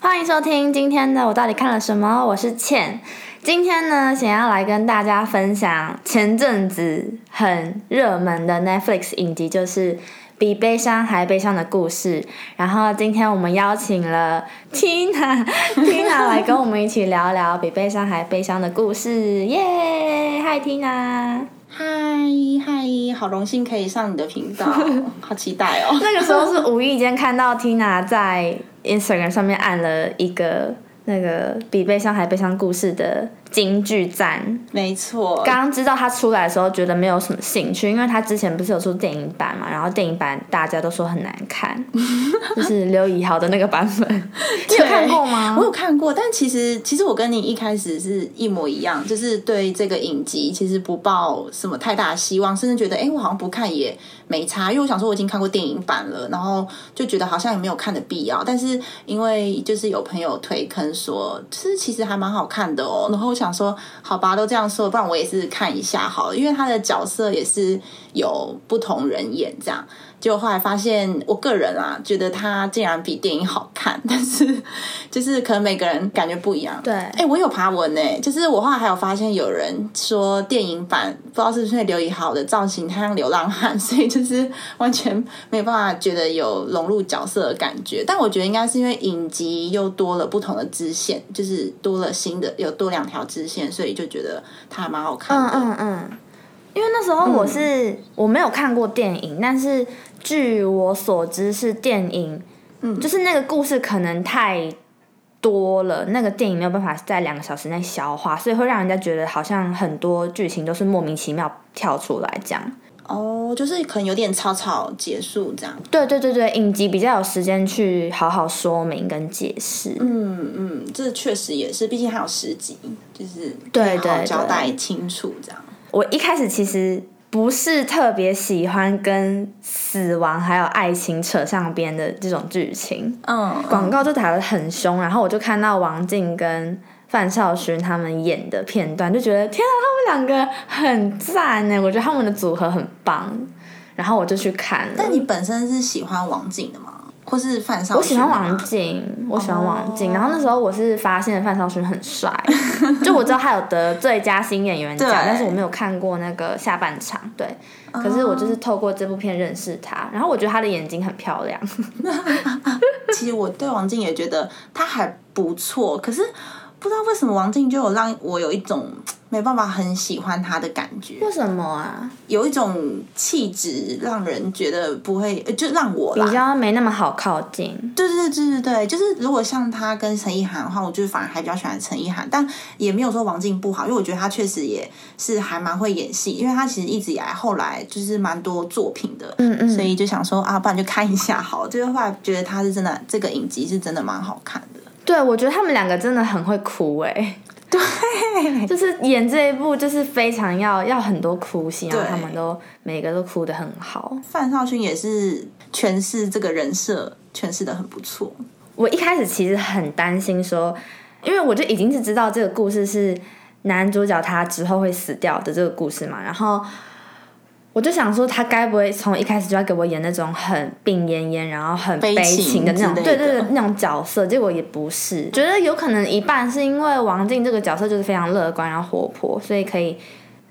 欢迎收听今天的我到底看了什么？我是倩。今天呢，想要来跟大家分享前阵子很热门的 Netflix 影集，就是《比悲伤还悲伤的故事》。然后今天我们邀请了 Tina Tina 来跟我们一起聊聊《比悲伤还悲伤的故事》。耶！嗨，Tina。嗨嗨，好荣幸可以上你的频 道，好期待 哦！那个时候是无意间看到 Tina 在 Instagram 上面按了一个那个比悲伤还悲伤故事的金句赞。没错，刚刚知道他出来的时候，觉得没有什么兴趣，因为他之前不是有出电影版嘛，然后电影版大家都说很难看，就是刘以豪的那个版本。 你有看过吗？我有看过，但其实其实我跟你一开始是一模一样，就是对这个影集其实不抱什么太大的希望，甚至觉得哎、诶我好像不看也没差，因为我想说我已经看过电影版了，然后就觉得好像也没有看的必要。但是因为就是有朋友推坑说，就是其实还蛮好看的哦，然后我想说好吧，都这样说，不然我也是看一下好了，因为他的角色也是有不同人演这样。结果后来发现，我个人啊，觉得它竟然比电影好看， 但是就是可能每个人感觉不一样。对哎、我有爬文呢、就是我后来还有发现有人说电影版不知道是不是刘以豪的造型太像流浪汉， 所以就是完全没办法觉得有融入角色的感觉。但我觉得应该是因为影集又多了不同的支线，就是多了新的有多两条支线，所以就觉得它还蛮好看嗯的。嗯嗯，因为那时候我是、我没有看过电影，但是据我所知是电影，嗯就是那个故事可能太多了，那个电影没有办法在两个小时内消化，所以会让人家觉得好像很多剧情都是莫名其妙跳出来这样。哦，就是可能有点草草结束这样。对对对对，影集比较有时间去好好说明跟解释。嗯嗯，这确实也是，毕竟还有十集，就是对可以好好对交对代清楚这样。我一开始其实不是特别喜欢跟死亡还有爱情扯上边的这种剧情。嗯，广告就打得很凶，然后我就看到王静跟范少勋他们演的片段，就觉得天啊，他们两个很赞欸呢，我觉得他们的组合很棒，然后我就去看了。但你本身是喜欢王静的吗？或是范少？啊我喜欢王。静，我喜欢王静。哦然后那时候我是发现范少勋很帅，就我知道他有得最佳新演员奖对，但是我没有看过那个下半场。对，可是我就是透过这部片认识他，然后我觉得他的眼睛很漂亮。其实我对王静也觉得她还不错，可是不知道为什么王静就有让我有一种没办法很喜欢她的感觉，为什么啊？有一种气质让人觉得不会，呃就让我啦比较没那么好靠近。对对对对对，就是如果像他跟陈意涵的话，我就反而还比较喜欢陈意涵，但也没有说王静不好，因为我觉得他确实也是还蛮会演戏，因为他其实一直以来后来就是蛮多作品的，嗯嗯所以就想说啊，不然就看一下好了，就是后来觉得他是真的这个影集是真的蛮好看的，对，我觉得他们两个真的很会哭哎、对，就是演这一部就是非常要要很多哭戏，然后对他们都每个都哭得很好。范少勋也是诠释这个人设诠释的很不错，我一开始其实很担心说，因为我就已经是知道这个故事是男主角他之后会死掉的这个故事嘛，然后我就想说他该不会从一开始就要给我演那种很病恹恹，然后很悲悲情情的那种，之类嗯对对对的，那种角色，结果也不是，觉得有可能一半是因为王静这个角色就是非常乐观然后活泼，所以可以。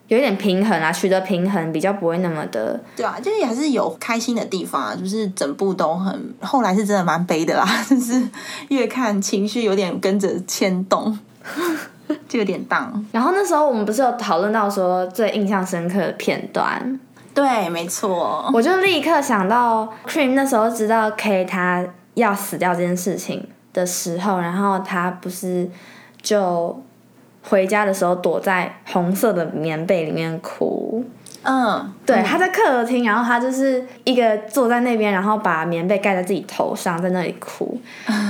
有一点平衡啊，取得平衡，比较不会那么的对啊，就是也还是有开心的地方啊，就是整部都很，后来是真的蛮悲的啦， 就是越看情绪有点跟着牵动， 就有点荡。然后那时候我们不是有讨论到说最印象深刻的片段，对，没错，我就立刻想到 Cream 那时候知道 K 他要死掉这件事情的时候，然后他不是就回家的时候躲在红色的棉被里面哭。嗯，对，他在客厅，然后他就是一个坐在那边，然后把棉被盖在自己头上，在那里哭。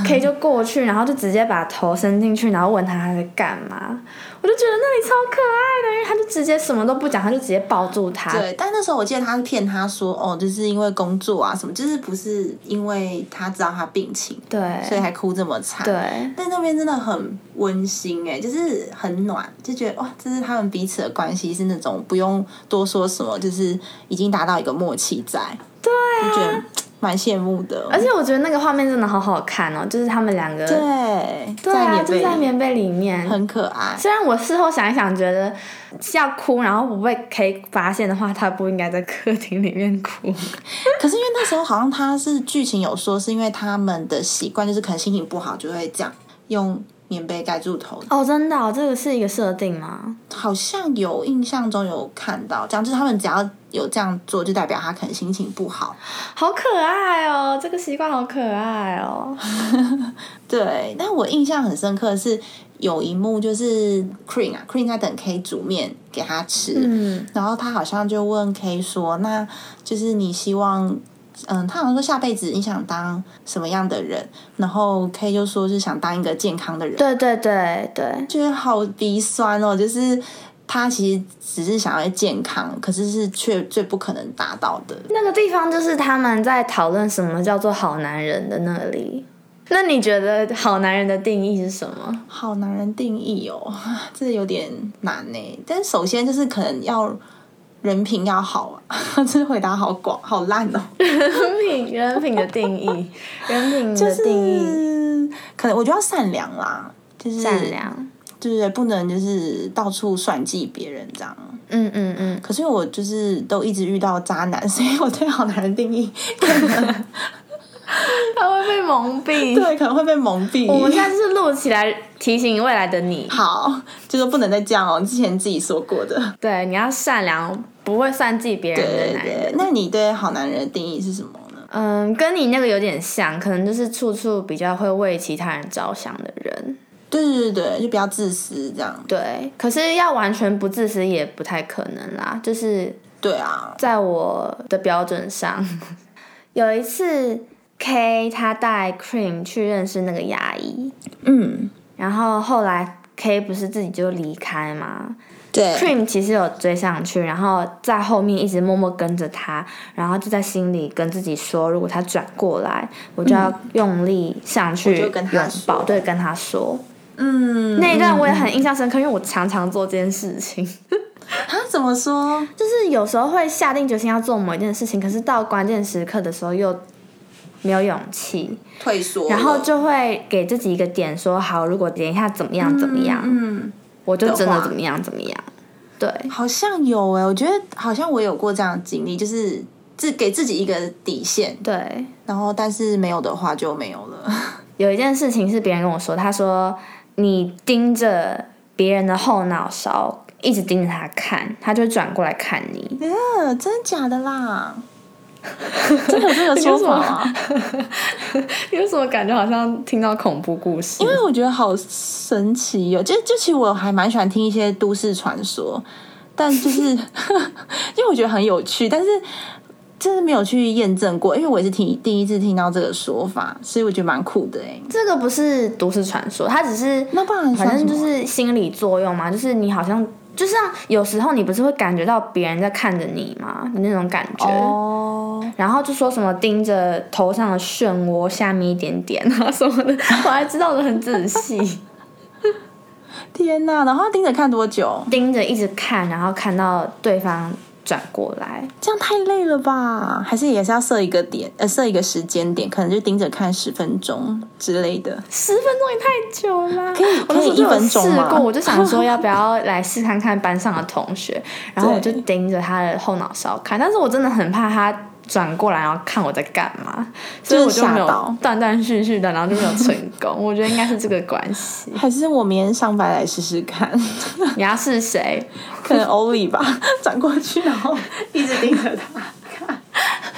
K 嗯就过去，然后就直接把头伸进去，然后问他他在干嘛。我就觉得那里超可爱的，因为他就直接什么都不讲，他就直接抱住他。对。但那时候我记得他是骗他说，哦，就是因为工作啊什么，就是不是因为他知道他病情，对所以还哭这么惨。对，但那边真的很温馨哎、就是很暖，就觉得哇，哦这是他们彼此的关系是那种不用多说什么，就是已经达到一个默契在，对、就觉得蛮羡慕的。啊而且我觉得那个画面真的好好看哦，就是他们两个对，对在啊，棉就是被在里棉被里面。很可爱。虽然我事后想一想，觉得是要哭，然后不被可以发现的话，他不应该在客厅里面哭。可是因为那时候好像他是剧情有说，是因为他们的习惯就是可能心情不好就会这样用棉被盖住头，哦，真的、哦，这个是一个设定吗？好像有印象中有看到，这样就是他们只要有这样做，就代表他可能心情不好。好可爱哦，这个习惯好可爱哦。对，但我印象很深刻的是有一幕就是 Cream 啊，Cream 在等 K 煮面给他吃，嗯，然后他好像就问 K 说：“那就是你希望，嗯，他好像说下辈子你想当什么样的人？”然后 K 就说是想当一个健康的人，对对对对，觉得好鼻酸哦，就是。他其实只是想要健康，可是是却最不可能达到的。那个地方就是他们在讨论什么叫做好男人的那里。那你觉得好男人的定义是什么？好男人定义哦， 这有点难呢。但首先就是可能要人品要好啊， 这回答好广好烂哦。人品，人品的定义，人品的定义，嗯，可能我觉得要善良啦，就是善，良。对对对，不能就是到处算计别人这样。嗯嗯嗯，可是因为我就是都一直遇到渣男，所以我对好男人定义 可能他会被蒙蔽。对可能会被蒙蔽。我们现在就是录起来提醒未来的你，好，就是不能再这样哦，之前自己说过的。对，你要善良，不会算计别人的对男对人。，那你对好男人的定义是什么呢？嗯，跟你那个有点像，可能就是处处比较会为其他人着想的人。对对对对，就比较自私这样。对，可是要完全不自私也不太可能啦，就是对啊，在我的标准上， 有一次 K 他带 Cream 去认识那个牙医，嗯，然后后来 K 不是自己就离开吗对， ？Cream 其实有追上去，然后在后面一直默默跟着他，然后就在心里跟自己说，如果他转过来，我就要用力上去我就跟他拥抱，说对，跟他说。嗯，那一段我也很印象深刻，因为我常常做这件事情，他啊怎么说？就是有时候会下定决心要做某一件事情，可是到关键时刻的时候又没有勇气，退缩了，然后就会给自己一个点说，好，如果等一下怎么样怎么样，嗯，我就真的的话怎么样怎么样。对，好像有哎、我觉得好像我有过这样的经历，就是自给自己一个底线，对，然后但是没有的话就没有了。 有一件事情是别人跟我说，他说你盯着别人的后脑勺，一直盯着他看，他就会转过来看 你。呃，真的假的啦？ 真的有这个说法啊？你为什么感觉好像听到恐怖故事因？为我觉得好神奇哦，就就其实我还蛮喜欢听一些都市传说，但就是 因为我觉得很有趣，但是真的没有去验证过，因为我也是听第一次听到这个说法，所以我觉得蛮酷的哎。这个不是都市传说，它只是那不然反嗯算什正么就是心理作用嘛，就是你好像就像有时候你不是会感觉到别人在看着你嘛，你那种感觉。哦，然后就说什么盯着头上的漩涡下面一点点啊 什么的，我还知道的很仔 细，天哪！然后他盯着看多久？盯着一直看，然后看到对方转过来，这样太累了吧？还是也是要设一个点，呃，设一个时间点，可能就盯着看十分钟之类的。十分钟也太久了。可以我那时候就可以一有分试钟吗过，我就想说要不要来试看看班上的同 学，然后我就盯着他的后脑勺看，但是我真的很怕他转过来然后看我在干嘛，所以我就是就没吓到有断断续续的，然后就没有成功。我觉得应该是这个关系。还是我明天上班来试试看，你要是谁？ 可能欧里吧， 转过去然后一直盯着他。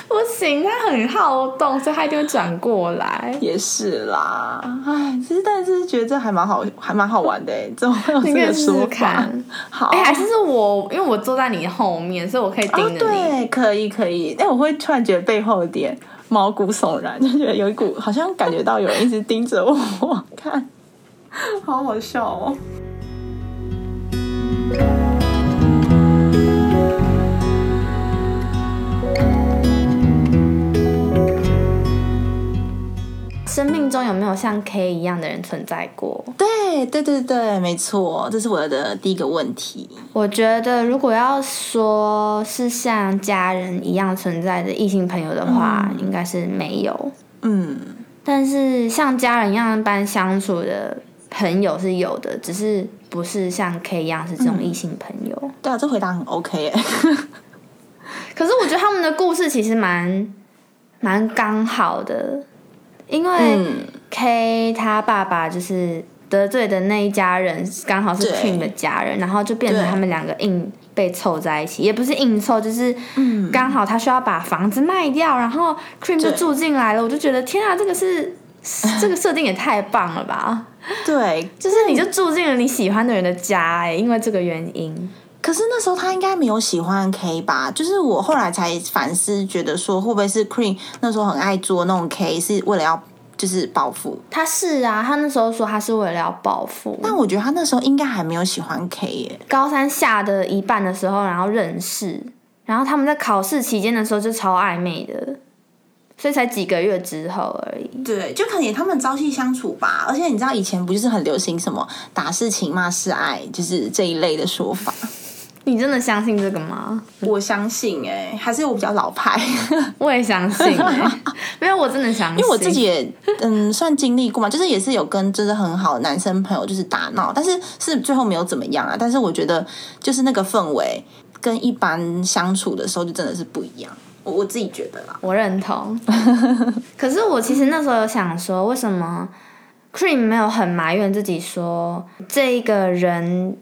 不行，他很好动，所以他一定会转过来。 也是啦，哎，其实但是觉得这还蛮好，还蛮好玩的哎，怎么会有 你这可以个试试说法看？。好，哎、还是是我，因为我坐在你后面，所以我可以啊盯着你。对，可以可以。哎，我会突然觉得背后有点毛骨悚然，就觉得有一股好像感觉到有人一直盯着我 看，好好笑哦。生命中有没有像 K 一样的人存在过？对对对对，没错，这是我的第一个问题。我觉得，如果要说是像家人一样存在的异性朋友的话，应该是没有。嗯，但是像家人一样般相处的朋友是有的，只是不是像 K 一样是这种异性朋友。对啊，这回答很 OK 欸 耶。可是我觉得他们的故事其实蛮蛮刚好的，因为嗯， K 他爸爸就是得罪的那一家人刚好是对 Kim 的家人，然后就变成对他们两个硬被凑在一起，也不是硬凑，就是刚好他需要把房子卖掉，然后 Kim 就对住进来了，我就觉得天啊，这个是这个设定也太棒了吧！对，就是你就住进了你喜欢的人的家、哎，因为这个原因，可是那时候他应该没有喜欢 K 吧？就是我后来才反思，觉得说会不会是 Queen 那时候很爱捉弄 K，是为了要就是报复？他是啊，他那时候说他是为了要报复，但我觉得他那时候应该还没有喜欢 K 耶。高三下的一半的时候，然后认识，然后他们在考试期间的时候就超暧昧的，所以才几个月之后而已。对，就可能也他们朝夕相处吧。而且你知道以前不就是很流行什么打是情骂是爱，就是这一类的说 法。你真的相信这个吗？我相信哎、还是我比较老派，我也相信、 欸，没有，我真的相信，因因为我自己也嗯算经历过嘛， 就是也是有跟就是很好的男生朋友就是打闹，但是是最后没有怎么样啊。但是我觉得就是那个氛围跟一般相处的时候就真的是不一样，我我自己觉得啦。我认同。 可是我其实那时候有想说，为什么 Cream 没有很埋怨自己说，这一个人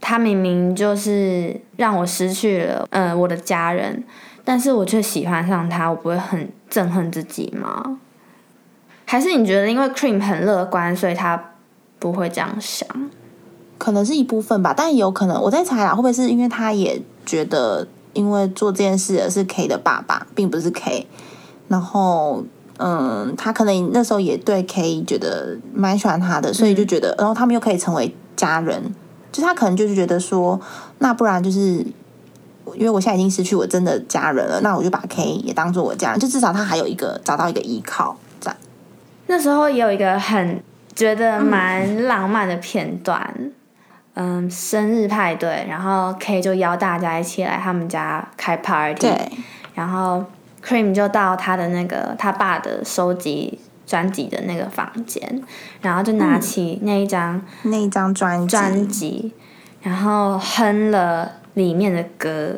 他明明就是让我失去了，呃，我的家人，但是我却喜欢上他，我不会很憎恨自己吗？还是你觉得因为 Cream 很乐观，所以他不会这样想？可能是一部分吧，但也有可能我在猜啦，会不会是因为他也觉得，因为做这件事的是 K 的爸爸，并不是 K，然后嗯，他可能那时候也对 K 觉得蛮喜欢他的，所以就觉得，然后他们又可以成为家人，就他可能就是觉得说，那不然就是。因为我现在已经失去我真的家人了，那我就把 K 也当做我家人，就至少他还有一个找到一个依靠，这样。那时候也有一个很觉得蛮浪漫的片段，嗯生日派对，然后 K 就邀大家一起来他们家开 party，对，然后 Cream 就到他的那个他爸的收集专辑的那个房间，然后就拿起那一张那一张专辑，专辑，然后哼了里面的歌。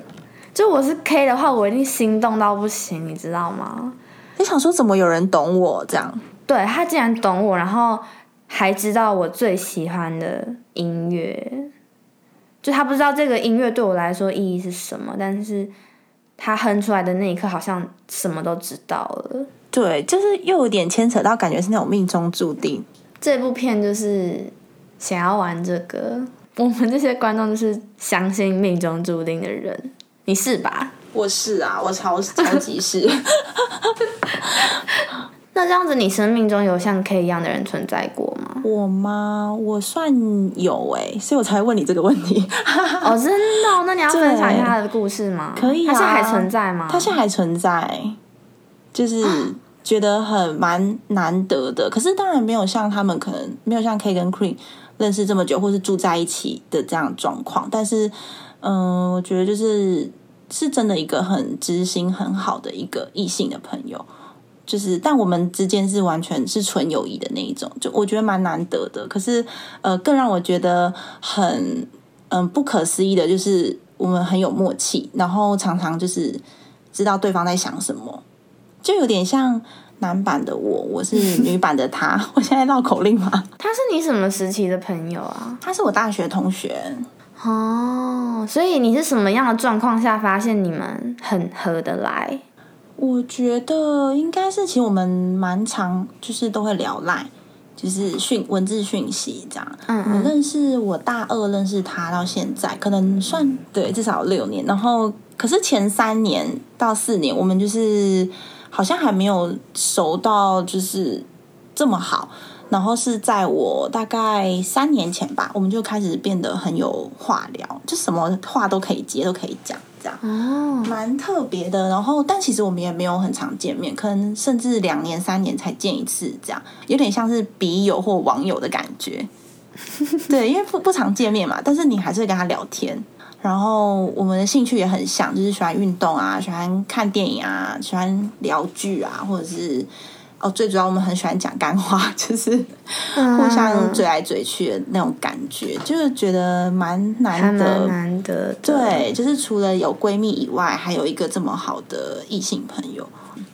就我是 K 的话，我一定心动到不行，你知道吗？就想说怎么有人懂我这样。对他竟然懂我，然后还知道我最喜欢的音乐，就他不知道这个音乐对我来说意义是什么，但是他哼出来的那一刻，好像什么都知道了。对，就是又有点牵扯到，感觉是那种命中注定。这部片就是想要玩这个，我们这些观众就是相信命中注定的人，你是吧？我是啊，我 超超级是。？那这样子，你生命中有像 K 一样的人存在过吗我吗？我算有哎、所以我才问你这个问题。哦，真的哦、那你要啊对分享一下他的故事吗？可以啊他现在还存在吗？它现在还存在，就是觉得很蛮难得的。可是当然没有像他们可能没有像 K 跟 Cream 认识这么久，或是住在一起的这样的状况。但是，嗯、我觉得就是是真的一个很知心很好的一个异性的朋友。就是，但我们之间是完全是纯友谊的那一种，就我觉得蛮难得的。可是，呃，更让我觉得很嗯不可思议的，就是我们很有默契，然后常常就是知道对方在想什么，就有点像男版的我，我是女版的他。 我现在绕口令吗？他是你什么时期的朋友啊？他是我大学同学，哦，所以你是什么样的状况下发现你们很合得来？我觉得应该是，其实我们蛮常就是都会聊赖，就是讯文字讯息这样。嗯我嗯认识我大二认识他到现在，可能算对至少有六年。然后可是前三年到四年，我们就是好像还没有熟到就是这么好。然后是在我大概三年前吧，我们就开始变得很有话聊，就什么话都可以接，都可以讲。这样。哦，蛮特别的。然后，但其实我们也没有很常见面，可能甚至两年、三年才见一次，这样有点像是笔友或网友的感 觉。对，因为不不常见面嘛，但是你还是会跟他聊天。然后我们的兴趣也很像，就是喜欢运动啊，喜欢看电影啊，喜欢聊剧啊，或者是哦，最主要我们很喜欢讲干话， 就是互嗯相追来追去的那种感觉，就是觉得蛮还难蛮得难得的。对，就是除了有闺蜜以外，还有一个这么好的异性朋友。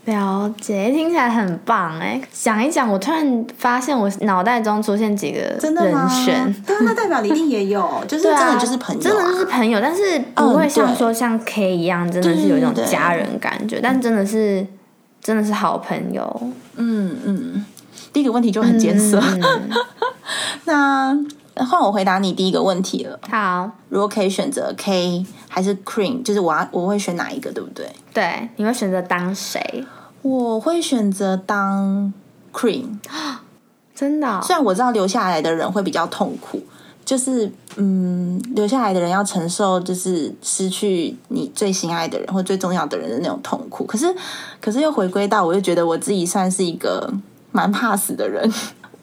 了解，听起来很棒哎。想一想，我突然发现我脑袋中出现几个真的吗人选。？对啊，那代表你一定也 有，就是对真啊，的就是朋友、啊，嗯真的就是朋友，但是不会像说像 K 一样，真的是有一种对对对家人感觉，但真的是真的是好朋友。嗯嗯。第一个问题就很艰涩，嗯那换我回答你第一个问题了。好，如果可以选择 K 还是 Cream，就是我要我会选哪一个，对不对？对，你会选择当谁？我会选择当 Cream，真的哦、虽然我知道留下来的人会比较痛苦，就是嗯，留下来的人要承受就是失去你最心爱的人或最重要的人的那种痛苦。可是，可是又回归到，我就觉得我自己算是一个蛮怕死的人。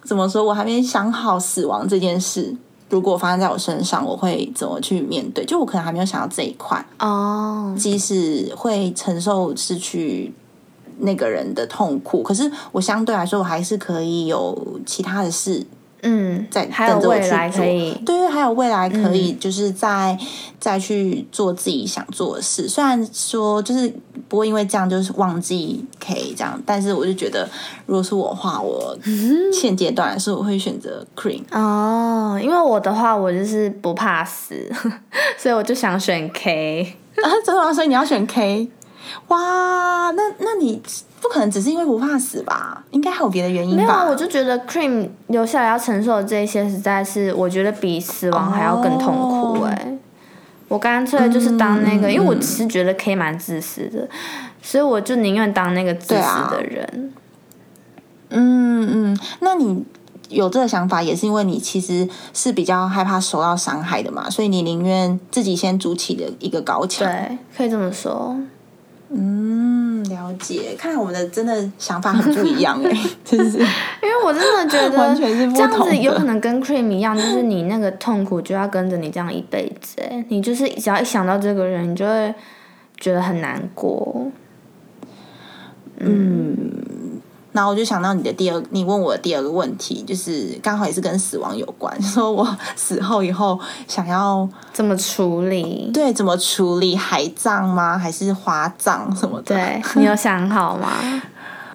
怎么说？我还没想好死亡这件事。如果发生在我身上，我会怎么去面对？就我可能还没有想到这一块，哦，即使会承受失去那个人的痛苦，可是我相对来说，我还是可以有其他的事嗯，在还有等着我去未来可做以，对，还有未来可嗯以就是再、再去做自己想做的事。虽然说就是不会因为这样就是忘记 K 这样，但是我就觉得如果是我的话， 我现阶段来说我会选择 Cream。 哦，因为我的话，我就是不怕死， 所以我就想选 K。啊，真的吗？所以你要选 K？哇，那那你不可能只是因为不怕死吧？应该还有别的原因没有啊，吧？我就觉得 Cream 留下来要承受的这些，实在是我觉得比死亡还要更痛苦哦哎、我干脆就是当那个，嗯因为我其实觉得 K 蛮自私的，所以我就宁愿当那个自对私啊的人。嗯嗯，那你有这个想法，也是因为你其实是比较害怕受到伤害的嘛，所以你宁愿自己先筑起的一个高墙。对，可以这么说。嗯，了解。看来我们的真的想法很不一样哎、真因是为我真的觉完得全是不这样同子的有可能跟 Cream 一样，就是你那个痛苦就要跟着你这样一辈子、欸。你就是只要一想到这个人，你就会觉得很难过。然后我就想到你的第二，你问我的第二个问题，就是刚好也是跟死亡有关，说我死后以后想要怎么处理？对怎么处理海葬吗？还是花葬什么的？对你有想好 吗？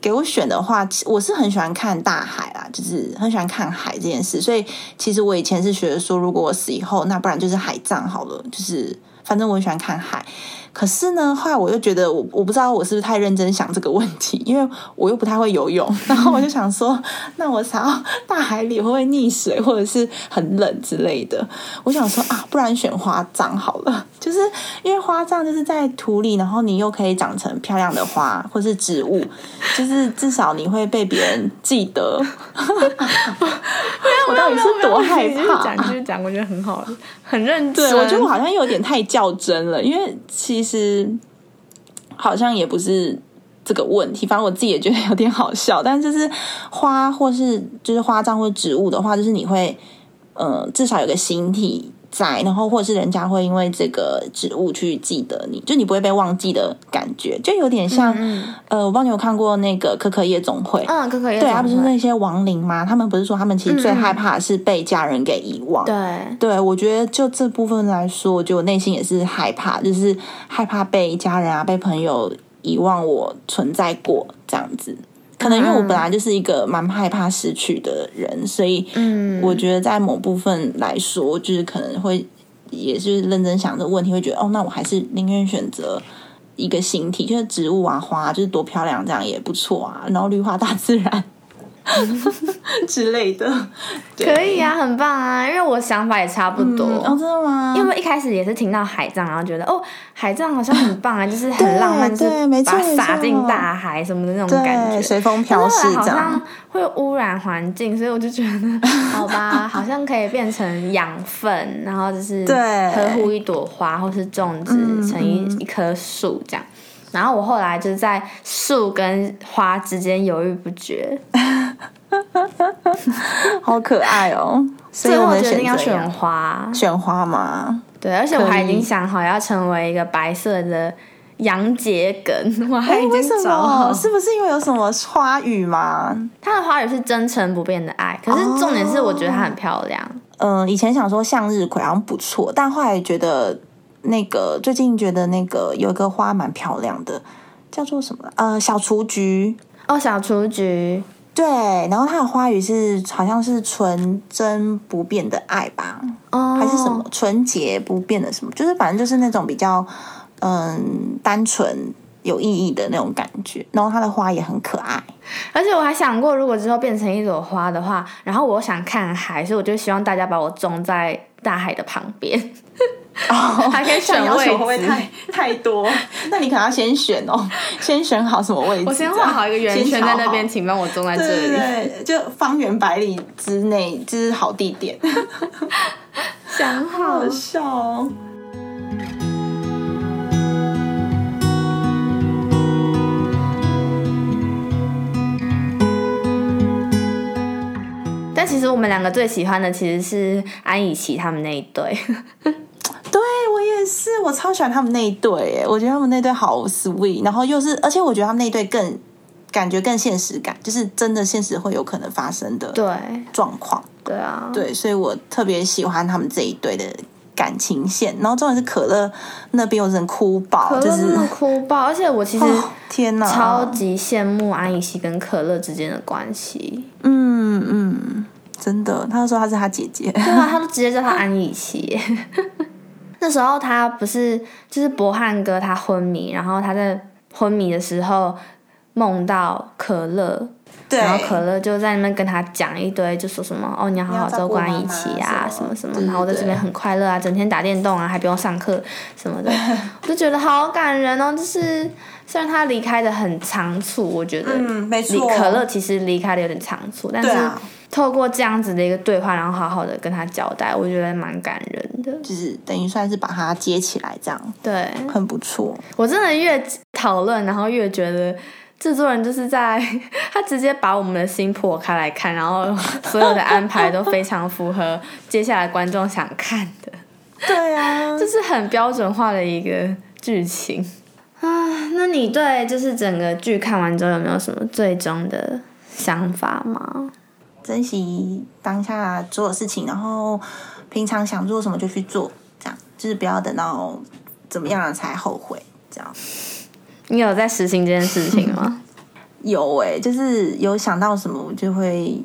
给我选的话，其我是很喜欢看大海啦，就是很喜欢看海这件事。所以其实我以前是学说，如果我死以后，那不然就是海葬好了，就是反正我很喜欢看海。可是呢，后来我又觉得我我不知道我是不是太认真想这个问题，因为我又不太会游泳。然后我就想说，那我想要大海里会不会溺水，或者是很冷之类的？我想说啊，不然选花葬好了， 就是因为花葬就是在土里，然后你又可以长成漂亮的花或是植物，就是至少你会被别人记 得。我到底是多害继续怕？讲，继续讲，我觉得很好，很认真。对，我觉得我好像有点太较真了，因为其实好像也不是这个问题，反正我自己也觉得有点好笑。但就是花或是就是花葬或植物的话，就是你会呃至少有个形体在，然后或者是人家会因为这个植物去记得你，就你不会被忘记的感觉，就有点像、嗯呃，我不知道你有看过那个可可夜总会。嗯，可可夜对啊，不总是会。那些亡灵吗？他们不是说他们其实最嗯嗯害怕的是被家人给遗忘。对，对，我觉得就这部分来说，我觉得我内心也是害怕，就是害怕被家人啊、被朋友遗忘我存在过这样子。可能因嗯为我本来就是一个蛮害怕失去的人，所以嗯，我觉得在某部分来说，就是可能会也是认真想这个问题，会觉得哦，那我还是宁愿选择 一个形体，就是植物啊、花啊，就是多漂亮，这样也不错啊，然后绿化大自然。之类的。对可以啊，很棒啊，因为我想法也差不多。嗯哦，真的吗？因为一开始也是听到海葬，然后觉得哦，海葬好像很 棒啊，就是很浪漫，就对是没错把它撒没错进大海什么的那种感对，觉。随风但飘是逝后来好这样像。会污染环境，所以我就觉得， 好吧，好像可以变成养分，然后就是对嗯呵护一朵花，或是种植成一、一棵树这样。然后我后来就是在树跟花之间犹豫不决，好可爱哦！所以最我后们决定要择选养花。选花嘛？对，而且我可还已经以想好要成为一个白色的洋桔梗，我还哎，已为经什找好么？。是不是因为有什么花语吗？它的花语是真诚不变的爱，可是重点是我觉得哦它很漂亮。嗯，以前想说向日葵好像不错，但后来觉得那个最近觉得那个有一个花蛮漂亮的，叫做什么？呃，小雏菊。哦，小雏菊，对，然后它的花语是好像是纯真不变的爱吧，哦，还是什么？纯洁不变的什么？就是反正就是那种比较嗯单纯有意义的那种感觉。然后它的花也很可爱。而且我还想过，如果之后变成一朵花的话，然后我想看海，所以我就希望大家把我种在大海的旁边，哦还可以这选样要求位会不会置太太 多？那你可能要先选哦，先选好什么位置。 我先画好一个圆先圈瞧在那边，好。请帮我种在对这对里，对，就方圆百里之内，这是好地点。想好好笑哦。但其实我们两个最喜欢的其实是安以琪他们那一对， 对我也是，我超喜欢他们那一对耶，我觉得他们那对好 sweet，然后又是，而且我觉得他们那一对更感觉更现实感，就是真的现实会有可能发生的对状况。对啊，对，所以我特别喜欢他们这一对的感情线。然后重点是可乐那边有人哭爆，可就乐是哦那么哭爆，而且我其实哦天哪，超级羡慕安以琪跟可乐之间的关系，嗯嗯，真的，他就说他是他姐 姐，对啊，他都直接叫他安以琪。 那时候他不是就是博汉哥他昏迷，然后他在昏迷的时候梦到可乐，对然后可乐就在那边跟他讲一堆，就说什么哦，你要好好照顾安怡琪啊，你要照顾什妈妈么什么对，对然后我在这边很快乐啊，整天打电动啊，还不用上课什么的， 我就觉得好感人哦。就是虽然他离开的很仓促，我觉得嗯没离错，可乐其实离开的有点仓促，但是对啊，透过这样子的一个对话，然后好好的跟他交代，我觉得蛮感人的。就是等于算是把他接起来，这样对很不错。我真的越讨论，然后越觉得制作人就是在他直接把我们的心破开来看，然后所有的安排都非常符合接下来观众想看 的，对啊，这是很标准化的一个剧情啊。那你对就是整个剧看完之后有没有什么最终的想法吗？珍惜当下做的事情，然后平常想做什么就去做，这样就是不要等到怎么样了才后悔。这样你有在实行这件事情吗？有诶、就是有想到什么，我就会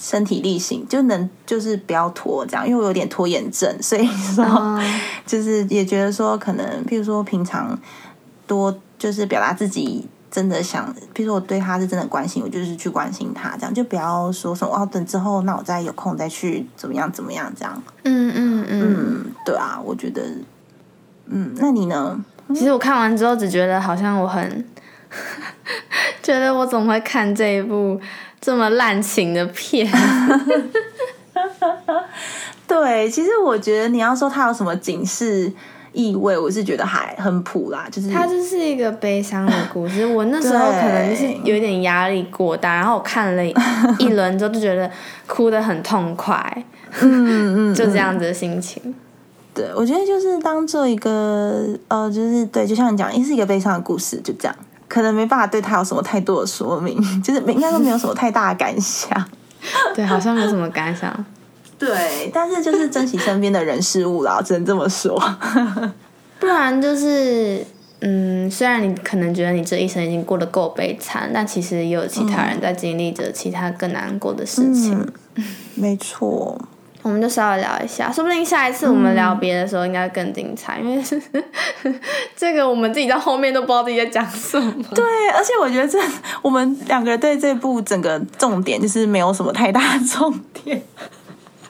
身体力行，就能就是不要拖这样，因为我有点拖延症，所以说、啊，就是也觉得说，可能譬如说平常多就是表达自己真的想，譬如说我对他是真的关心，我就是去关心他，这样就不要说什么哦，等之后那我再有空再去怎么样怎么样这样。嗯嗯嗯。嗯，对啊，我觉得，嗯，那你呢？其实我看完之后只觉得好像我很， 觉得我怎么会看这一部这么滥情的 片？对，其实我觉得你要说他有什么警示意味，我是觉得还很普啦，就是它就是一个悲伤的故事。我那时候可能就是有点压力过大，然后我看 了一轮之后就觉得哭得很痛快，嗯 嗯，就这样子的心情。对，我觉得就是当做一个呃，就是对，就像你讲，也是一个悲伤的故事，就这样，可能没办法对他有什么太多的说明， 就是没应该说没有什么太大的感想。对，好像没什么感想。对， 但是就是珍惜身边的人事物啦，只能这么说。 不然就是，嗯，虽然你可能觉得你这一生已经过得够悲惨，但其实也嗯有其他人在经历着其他更难过的事情。没错，我们就稍微聊一下，说不定下一次我们聊别的时候应该更精彩，因为 是这个我们自己到后面都不知道自己在讲什么。对，而且我觉得这我们两个对这部整个重点就是没有什么太大的重点。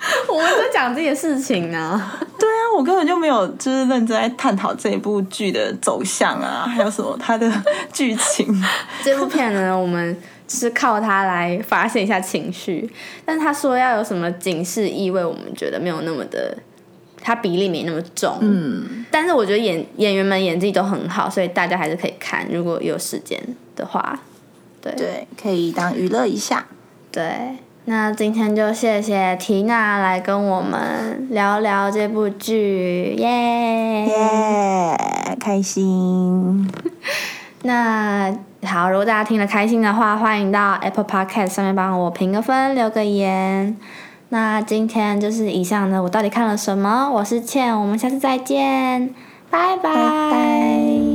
我们在讲自己的事情啊，对啊，我根本就没有就是认真在探讨这一部剧的走向啊，还有什么它的剧情。这部片呢，我们就是靠它来发泄一下情绪，但是他说要有什么警示意味，我们觉得没有那么的，它比例没那么重。嗯，但是我觉得演演员们演技都很好，所以大家还是可以看，如果有时间的话。对，可以当娱乐一下。对，那今天就谢谢缇娜来跟我们聊聊这部剧，耶、耶、开心！那好，如果大家听得开心的话，欢迎到 Apple Podcast 上面帮我评个分，留个言。那今天就是以上呢，我到底看了什么？我是倩，我们下次再见，拜拜。拜